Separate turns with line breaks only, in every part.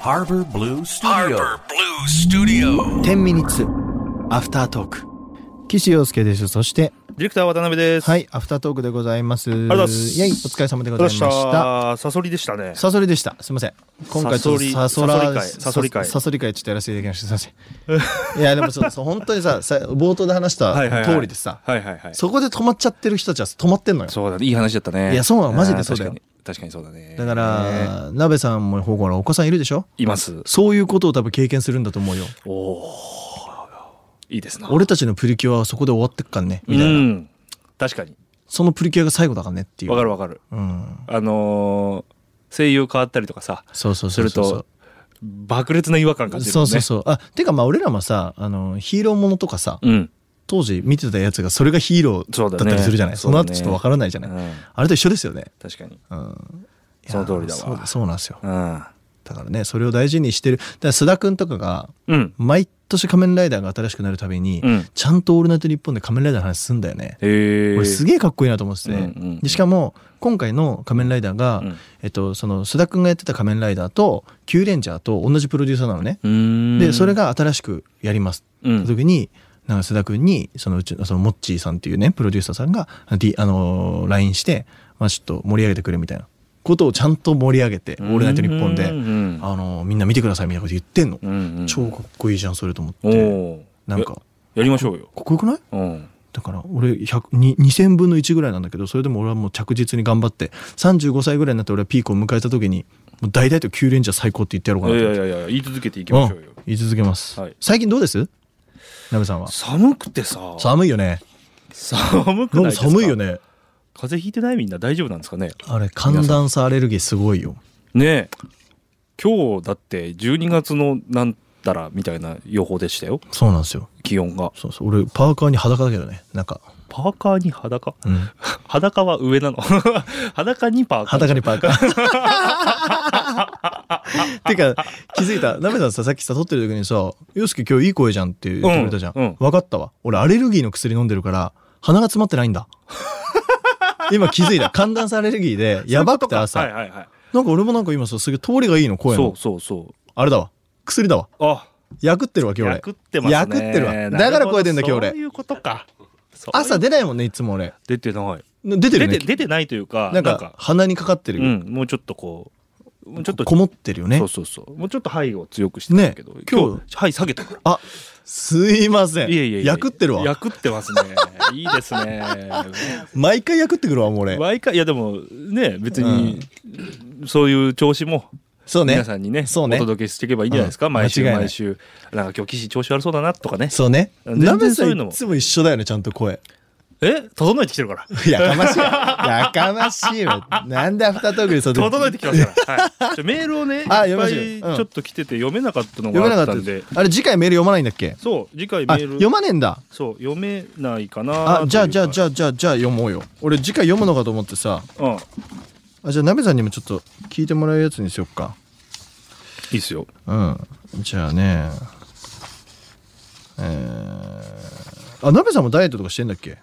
Harbor Blue Studio.
Harbor Blue Studio.
10ミニッツアフタートーク岸洋介ですそして
ディレクター渡辺です。
はいアフタートークでございますあり
がとうございます
イエイお疲れ様でございまし
よっ
た
ゃーサソリでしたね。
サソリでしたすいません今回ちょっとサ
サ
ソ
ソリ
ラ
サソリ会サソリ会
サソリ会ちょっとやらせていただきましたすいませんいやでも そうそう本当にささ冒頭で話した通りでさ、
はいはいはい。
そこで止まっちゃってる人たちは止まってんのよ
そうだね。いい話だったね。
いやそうなのマジでそうだよ
あー確かに。確かにそうだね。
だから、鍋さんもほらお子さんいるでしょ
います。
そういうことを多分経験するんだと思うよ
おおー。いいですな。
俺たちのプリキュアはそこで終わってっからねみたいな、
うん。確かに。
そのプリキュアが最後だからねっていう
わかるわかる。
うん
あのー声優変わったりとかさ、
そうそう
す
そう
る
そう
と爆裂な違和感感じる
そ
も
う
んね。
そうそう。あ、てかまあ俺らもさ、あの、ヒーローものとかさ、
うん。
当時見てたやつがそれがヒーロ
そう
ー
だ
だ
ね
ったりするじゃないそ,、
そうだ
の
ね
後ちょっとわからないじゃない、
うん
あれと一緒ですよね。
確かに。
うん。いや
その通りだわ
そうそうなんですよ。
う
だからね、それを大事にしてる。だから須田くんとかが、
ん。うん。
毎年仮面ライダーが新しくなるたびに、
うん
ちゃんとオールナイト日本で仮面ライダーの話すんだよね。
へえ。
俺す
げ
げえかっこいいなと思ってて、
うんうんうん
でしかも今回の仮面ライダーが、
うん
えっと、その須田くんがやってた仮面ライダーと Q レンジャーと同じプロデューサーなのね、
え
でそれ、が新しくやります
う
って
ん。
時に、なんか須田君にそのうちそのモッチーさんっていうねプロデューサーさんが、D あのー LINE して、まあ、ちょっと盛り上げてくれみたいなことをちゃんと盛り上げて「オールナイトニッポン」で、
うん
あのーみんな見てくださいみたいなこと言ってんの、
うんうん
超かっこいいじゃんそれと思っ
お
て
お。
なんかか
やりましょう
っ
よ。
こよくない
うん。
だから俺100に2000分の1ぐらいなんだけどそれでも俺はもう着実に頑張って35歳ぐらいになって俺はピークを迎えた時にもう大々と「9レンジャー最高」って言ってやろうか
い
なと思って
やいやいや言い続けていきましょうよ
ん、言い続けます、
はい
最近どうですなべさんは
寒くてさ
寒いよね
寒く
な
ない
ん
で
か
すか
寒いよね
風邪ひいてないみんな大丈夫なんですかね
あれ寒暖差アレルギーすごいよ
ねえ今日だって12月のなんたらみたいな予報でしたよ
そうなんですよ
気温が
そうそう俺パーカーに裸だけどねなんか、
パーカーに裸
うん、
裸は上なの 裸にパーカー
裸にパーカ ーてか気づいたなべさんささっきさ撮ってる時にさ「よしき今日いい声じゃん」って言ってくれたじゃん、
うんうん
分かったわ俺アレルギーの薬飲んでるから鼻が詰まってないん だ今気づいた寒暖差アレルギーでやばくて朝、
はいはいはい
なんか俺もなんか今さすげえ通りがいいの声の
そうそうそう
あれだわ。薬だわ。
あ
薬ってるわ、今日俺。
やくってますね
やくってるわ
なほど
だから声出んだ今日俺
そういうことかそう
朝出ないもんね、いつも俺。
出てない
な出て
出
るね。
て出てないというか
なんか、鼻にかかってる
う
よ。
ん、もうちょっとこう、もうちょっと、
こもってるよね
そう。そうそう、もうちょっと肺を強くしてたけど、
ね
今日、肺下げたから。
あ、すいません。
いえいえいえ
薬ってるわ。
薬ってますね。いいです ね。
毎回薬ってくるわ、もう俺。
毎回、いやでも、ね、別に、そういう調子も、
そうね
皆。さんにね
そうね
お届けしていけばいいんじゃないですか、
うん
毎週
間違いない
毎週。なんか今日、岸調子悪そうだなとかね。
そうね。
全然
ナベさ
そういうの
ん
も
いつも一緒だよね、ちゃんと声。
え整えてきてるから。
やかましい。やかましいわ。なんでアフタートークでそれ
整えてきます から。はい、じゃあメールをね、いっぱ
あ
い
読みましょう
ち
うん
ょっと来てて読めなかったの
読めな
が
か
あっ
ったた
んで、
あれ、次回メール読まないんだっけ
そう、次回メ
あ、
ール
読まねえんだ。
そう読めないかな
あ、じゃあ、じゃあ、じ
ゃ
ゃあ、じゃあ、じゃあ読もうよ。俺、次回読むのかと思ってさ。
あ、うん、い
あ、じゃあ、ナベさんにもちょっと聞いてもらうやつにしよっか。
いっすよ
うん。じゃあね。えー、あ、なべさんもダイエットとかしてんだっけ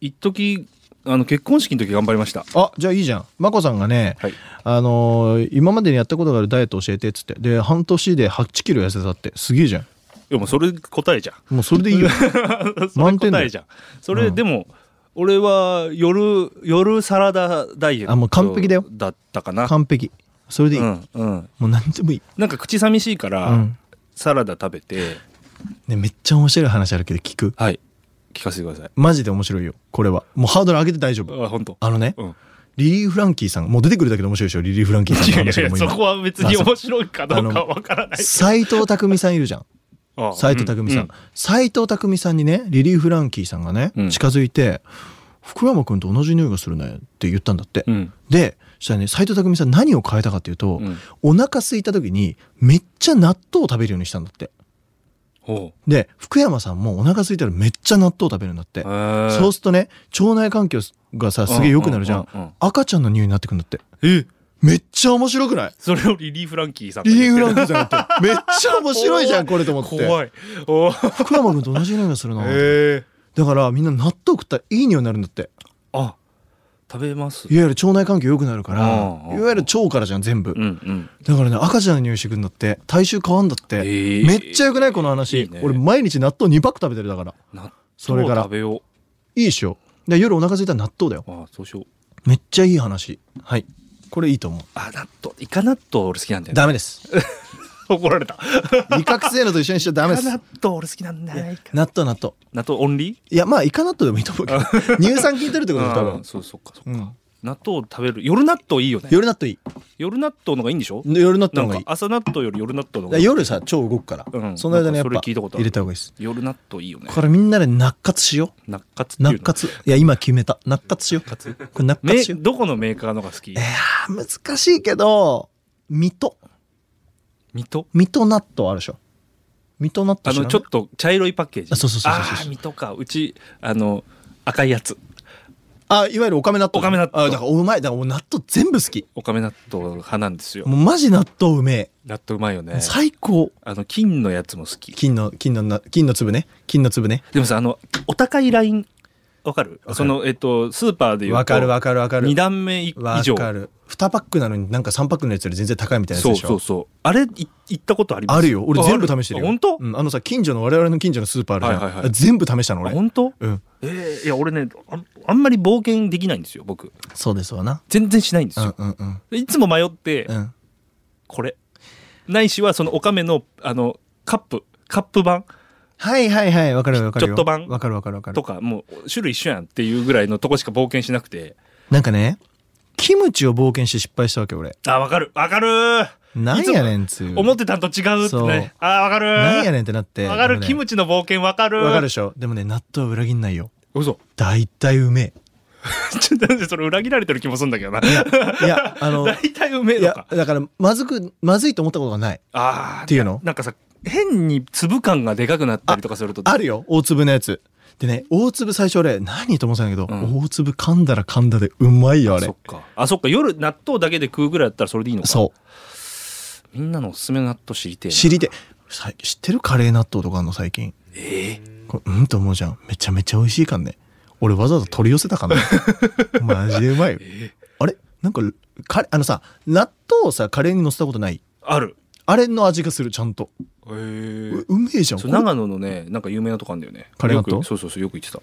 一時あの結婚式の時頑張りました
あ、じゃあいいじゃん。まこさんがね、
はい
あのー今までにやったことがあるダイエット教えてっつって。で、半年で8キロ痩せたって。すげえじゃ
でもそれ答えじゃん
ん。もうそれでいいよ。
それ
満点だ
答
よ
えじゃんそれ、でも俺は夜夜サラダダイエット
あもう完璧だよ
だったかな
完璧。それでいい。
うんうん
もう何でもいい。
なんか口寂しいから、
うん
サラダ食べて
ね、めっちゃ面白い話あるけど聞く。
はい聞かせてください
マジで面白いよ。これは。もうハードル上げて大丈夫。
あ本当
あのね、
うん
リリー・フランキーさん、もう出てくるだけで面白いでしょ、リリー・フランキーさんの話がもう今
は別
に面
白いか
どうかは
わからな
斎藤匠さんいるじゃん。斎藤匠さん、斎藤匠さんにねリリー・フランキーさんがね、
うん
近づいて「福山君と同じ匂いがするねって言ったんだって、
うん
でそしたらね斎藤匠さん何を変えたかっていうと、
うん
お腹空いた時にめっちゃ納豆を食べるようにしたんだって
ほ
で福山さんもお腹空いたらめっちゃ納豆を食べるんだって、
うへー
そうするとね腸内環境がさすげえ良くなるじゃん,、
うんうんうんうん
赤ちゃんの匂いになってくんだって
え
めっちゃ面白くない
それをリリー・フランキーさんが
リー・
言って
フ
る
ランクじゃなく てめっちゃ面白いじゃんこれと思って
怖いおー
福山君と同じ匂いがするな、
へえ
だからみんな納豆食ったらいい匂いになるんだって
あ食べます
いわゆる腸内環境良くなるから
うんうん
いわゆる腸からじゃん全部、
うんうん
だからね赤ちゃんの匂いしてくんだって体臭変わんだって、
ええ
めっちゃ良くないこの話
いいね
俺毎日納豆2パック食べてるだから
納
それか
豆
ら
食べよ
いいでしょで夜お腹空いたら納豆だよ
うあそうしよう
めっちゃいい話はいこれいいと思う
あ納豆イカ納豆俺好きなんだよね
ダメです
怒られた
味覚性のと一緒にしちゃダメです
納豆俺好きなんだよ
納豆納豆
納豆オンリー
いやまあイカ納豆でもいいと思うけど 乳酸菌取るってことで多
あー
分
そうそっかそっか
うん
納豆食べる夜納豆いいよね
夜納豆いい
夜納豆のがいいんでしょ
夜納
な
豆の方
ん
が
か
いい
朝納豆より夜納豆
だか
の方が
ら
いい
夜さ腸動くから、
うん
その間にやっぱ
なんかそれ聞いたことある
入れた方がいいです
夜納豆いいよね
これみんなで納活しよ
納活って
う
いうの
納活いや今決めた納活しようこれ納
め
活しよう
どこのメーカーのが好き
いやー難しいけど水戸
水戸
水戸納豆あるでしょ水戸納
あ
豆知ら
の
ない
ちょっと茶色いパッケージ
あそうそうそうそうそう
あー水戸かうちあの赤いやつ
あいわゆるおかめ納豆
おかめ納豆
あだからうまいだからもう納豆全部好き
おかめ納豆派なんですよ
もうマジ納豆うめ
納豆うまいよ
え、
ね
最高
あの金のやつも好き
金の金のな金の粒ね金の粒ね
でもさあのお高いラインわかる
る
そのえっとスーパーでいうと
わかるわかるわかる
2段目以
わ
上
かる2パックなのになんか3パックのやつより全然高いみたいなやつ
そう
でしょ
そうそうあれい行ったことあります
あるよ俺全部試してるよ
あ本当、
うん、あのさ近所の我々の近所のスーパーあるじゃん、
はいはいはい
全部試したの
あ
俺
本当
うん
えーいや俺ねああんまり冒険できないんですよ僕
そうですわな
全然しないんです
うん
よ、
うんうん
いつも迷って、
うん
これないしはそのおかめのあのカップカップ版
はいはいはいわかるわかるよ
ちょっと版
わかるわかるわかる
とかもう種類一緒やんっていうぐらいのとこしか冒険しなくて
なんかねキムチを冒険して失敗したわけ俺
あわかるわかるー
なんやねんっつ
いうつも思ってたんと違うってねあわかるー
なんやねんってなって
わか
で
る、
もね
キムチの冒険わかる
わかるでしょでもね納豆は裏切んないよ
嘘
大体うめ
ちょっとなんでそれ裏切られてる気もするんだけどな
えい やあの
大体うめえ
い
の
や
か
だからまずくまずいと思ったことがない
ああ
っていうの
なんかさ変に粒感がでかくなったりとかすると
あるよ大粒のやつでね大粒最初俺何と思ってたんだけど、
うん
大粒噛んだら噛んだでうまいよあれ
そっかあそっか夜納豆だけで食うぐらいだったらそれでいいのか
そう
みんなのおすすめの納豆知りてえな
知りてさ知ってるカレー納豆とかあんの最近
えー
これうんと思うじゃんめちゃめちゃ美味しいかんね俺わざわざ取り寄せた かんねマジでうまいよあれなんかカレーあのさ納豆をさカレーに乗せたことない
ある
あれの味がするちゃんと
へえ
ううめえじゃん
そ
これ
う長野のねなんか有名なとこあるんだよね
カレー納豆
よくそうそうそうよく言ってた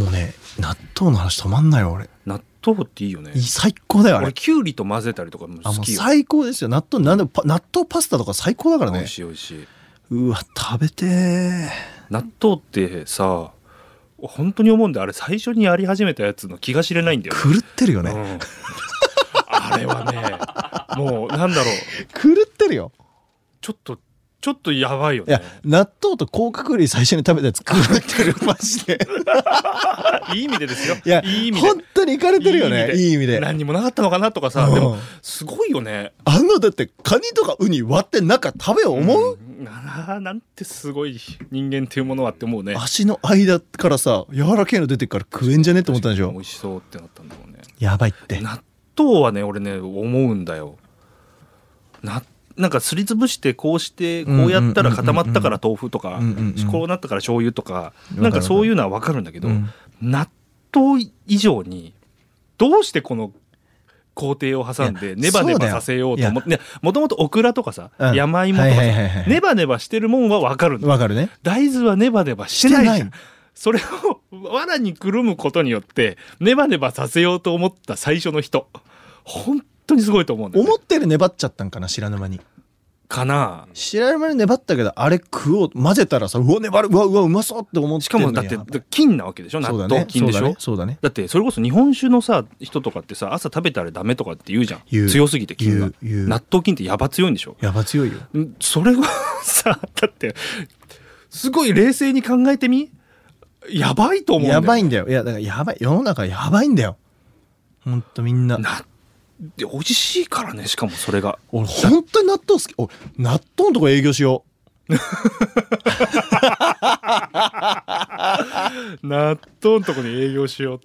もうね納豆の話止まんないよ俺
納豆っていいよね
いい最高だよあ
俺
れ
きゅうりと混ぜたりとかも
あ
好
もう
きよ
最高ですよ納豆なんでもパ納豆パスタとか最高だから
美
ね
味しい美味しいう
わ食べてー
納豆ってさ本当に思うんだよあれ最初にやり始めたやつの気が知れないんだよね
狂ってるよね、
うんあれはねもうなんだろう
狂ってるよ
ちょっとちょっとやばいよ
いや
ね
納豆と甲殻類最初に食べたやつ狂って るマジで
いい意味でですよ
いや
いい意味で
本当にいかれてるよねいい意味で
何にもなかったのかなとかさ
うん
でもすごいよね
あのだってカニとかウニ割って中食べよう思う、
んあーなんてすごい人間っていうものはって思うね
足の間からさ柔らけえの出てくから食えんじゃねって思ったんでし
美
ょ
味しそうってなったんだもんね
やばいって
納豆はね俺ね思うんだよななんかすりつぶしてこうしてこうやったら固まったから豆腐とか、
うんうんうん
こうなったから醤油とか、
る
なんかそういうのは分かるんだけど、
うん
納豆以上にどうしてこの工程を挟んで
いや
ネバネバさせようと思ってねもともとオクラとかさ、
うん
山芋とかさ、
はいはいはいはい
ネバネバしてるもんは分かるんだ
わかるね
大豆はネバネバしてないじゃん
してない
それを藁にくるむことによってネバネバさせようと思った最初の人本当にすごいと思うんだよね、
思ったより粘っちゃったんかな知らぬ間に
かな
知らぬ間に粘ったけどあれ食おう混ぜたらさうわ粘るうわうわうまそうって思って
しかもだって金なわけでしょ納
そうだ
豆
ね
金でしょだ
そうだね
ってそれこそ日本酒のさ人とかってさ朝食べたらダメとかって言うじゃ
言
ん
う
強すぎて金が
言う言う
納豆菌ってやば強いんでしょ
そうだねやば強いよ
んそれはさだってすごい冷静に考えてみやばいと思うんだよ
や
ね
ばいんだよいやだからやばい世の中やばいんだよほんとみんな
なで美味しいからねしかもそれが
俺本当に納豆好き俺納豆のとこ営業しよ
納豆のとこに営業しよう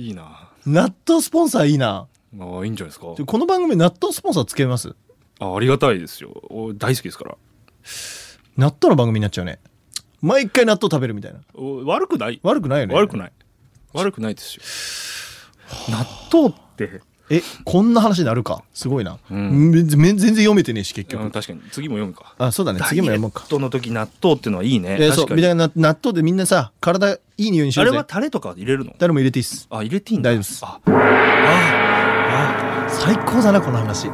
いいな
う納豆スポンサーいいな
ああいいんじゃないですか
ちょこの番組納豆スポンサーつけます
あありがたいですよお大好きですから
納豆の番組になっちゃうね毎回納豆食べるみたいな
お悪くない
悪くないよね
悪く
い
ない悪くないですよ 納豆って
えこんな話になるかすごいな、
うん
めめ全然読めてねえし結
うん
局
確かに次も読むか
あそうだね次もやもう
ダイ
か
エットの時納豆ってのはいいね
えーそ
確
うみ
かに
たいな納豆でみんなさ体いい匂いにし
あ
よ
れ
うぜ
はタレとか入れるの
誰も入れていいっす
あ入れていいんだ
大丈夫です
あ
ああ最高だなこの話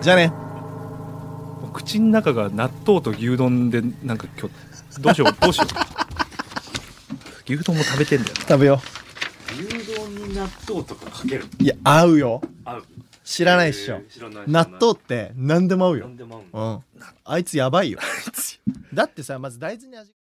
じゃあね
口の中が納豆と牛丼でなんか今日どうしようどうしよう 牛丼も食べてんだよな
食べよ
牛丼に納豆とかかける
ういや合うよ
合う
知らないっしょ
えー知らない
納豆って何でも合うよ
なんでも合うんだ
うんあいつやばいよあいつやばいよだってさまず大豆に味